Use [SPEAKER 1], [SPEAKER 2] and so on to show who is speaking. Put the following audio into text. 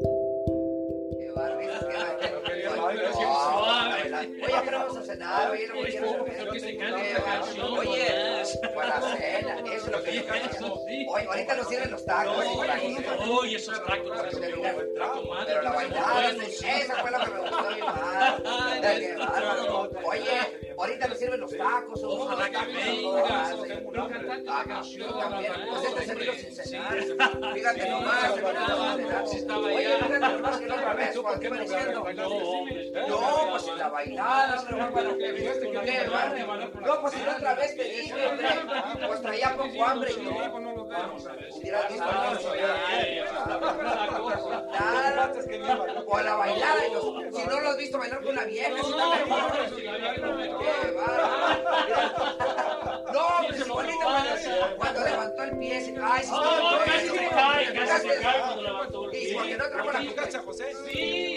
[SPEAKER 1] Qué Barbie, qué Barbie.
[SPEAKER 2] No quería
[SPEAKER 1] Ay,
[SPEAKER 2] Barbie,
[SPEAKER 1] no,
[SPEAKER 2] sí,
[SPEAKER 1] la
[SPEAKER 2] sí.
[SPEAKER 1] verdad. Oye, pero vamos a cenar, oye, no me
[SPEAKER 2] Oye,
[SPEAKER 1] quiero
[SPEAKER 2] no,
[SPEAKER 1] comer.
[SPEAKER 2] pero que se
[SPEAKER 1] Qué
[SPEAKER 2] cante la
[SPEAKER 1] bárbaro.
[SPEAKER 2] canción,
[SPEAKER 1] Oye, para la cena, eso es lo que
[SPEAKER 2] Oye,
[SPEAKER 1] yo quería.
[SPEAKER 2] eso sí.
[SPEAKER 1] Oye, ahorita nos sirven los tacos.
[SPEAKER 2] No,
[SPEAKER 1] para
[SPEAKER 2] oye,
[SPEAKER 1] aquí.
[SPEAKER 2] oye, esos tacos,
[SPEAKER 1] Pero
[SPEAKER 2] qué
[SPEAKER 1] la-
[SPEAKER 2] buen trago, madre,
[SPEAKER 1] Pero la
[SPEAKER 2] no se me
[SPEAKER 1] bailada,
[SPEAKER 2] pueden
[SPEAKER 1] sí,
[SPEAKER 2] usar.
[SPEAKER 1] esa fue la que me gustó a mi madre. Qué bárbaro. Oye, ahorita nos sirven los tacos. un
[SPEAKER 2] Ojalá
[SPEAKER 1] montón de
[SPEAKER 2] que venga,
[SPEAKER 1] cosas.
[SPEAKER 2] eso que
[SPEAKER 1] Ah, no, yo también. Pues este salió sin cenar. Fíjate
[SPEAKER 2] Sí,
[SPEAKER 1] nomás,
[SPEAKER 2] sí,
[SPEAKER 1] se me acabó de
[SPEAKER 2] sí,
[SPEAKER 1] cenar.
[SPEAKER 2] sí, estaba
[SPEAKER 1] Oye,
[SPEAKER 2] allá.
[SPEAKER 1] fíjate nomás que la otra vez,
[SPEAKER 2] ¿Tú por
[SPEAKER 1] cuando
[SPEAKER 2] qué
[SPEAKER 1] iba
[SPEAKER 2] no
[SPEAKER 1] diciendo,
[SPEAKER 2] bailaste?
[SPEAKER 1] no, pues en la bailada, pero bueno, bueno, que fuiste, que qué, hermano. No, pues en la otra vez te dije, hombre, pues traía poco hambre y no.
[SPEAKER 2] Vamos a ver si-
[SPEAKER 1] Hubiera dicho,
[SPEAKER 2] Ah,
[SPEAKER 1] no,
[SPEAKER 2] sí,
[SPEAKER 1] ya,
[SPEAKER 2] ay,
[SPEAKER 1] ya,
[SPEAKER 2] esa
[SPEAKER 1] ya.
[SPEAKER 2] es la cosa.
[SPEAKER 1] Nada, o a la bailada, y los- si no lo has visto bailar con la vieja, si está mejor. Qué bárbaro. No, hombre, si bonito cuando, cuando levantó el pie, se- ay, si
[SPEAKER 2] No, no, casi se cae, casi se cae cuando levantó el
[SPEAKER 1] Y porque
[SPEAKER 2] pie.
[SPEAKER 1] no trajo la cucaracha.
[SPEAKER 2] Sí,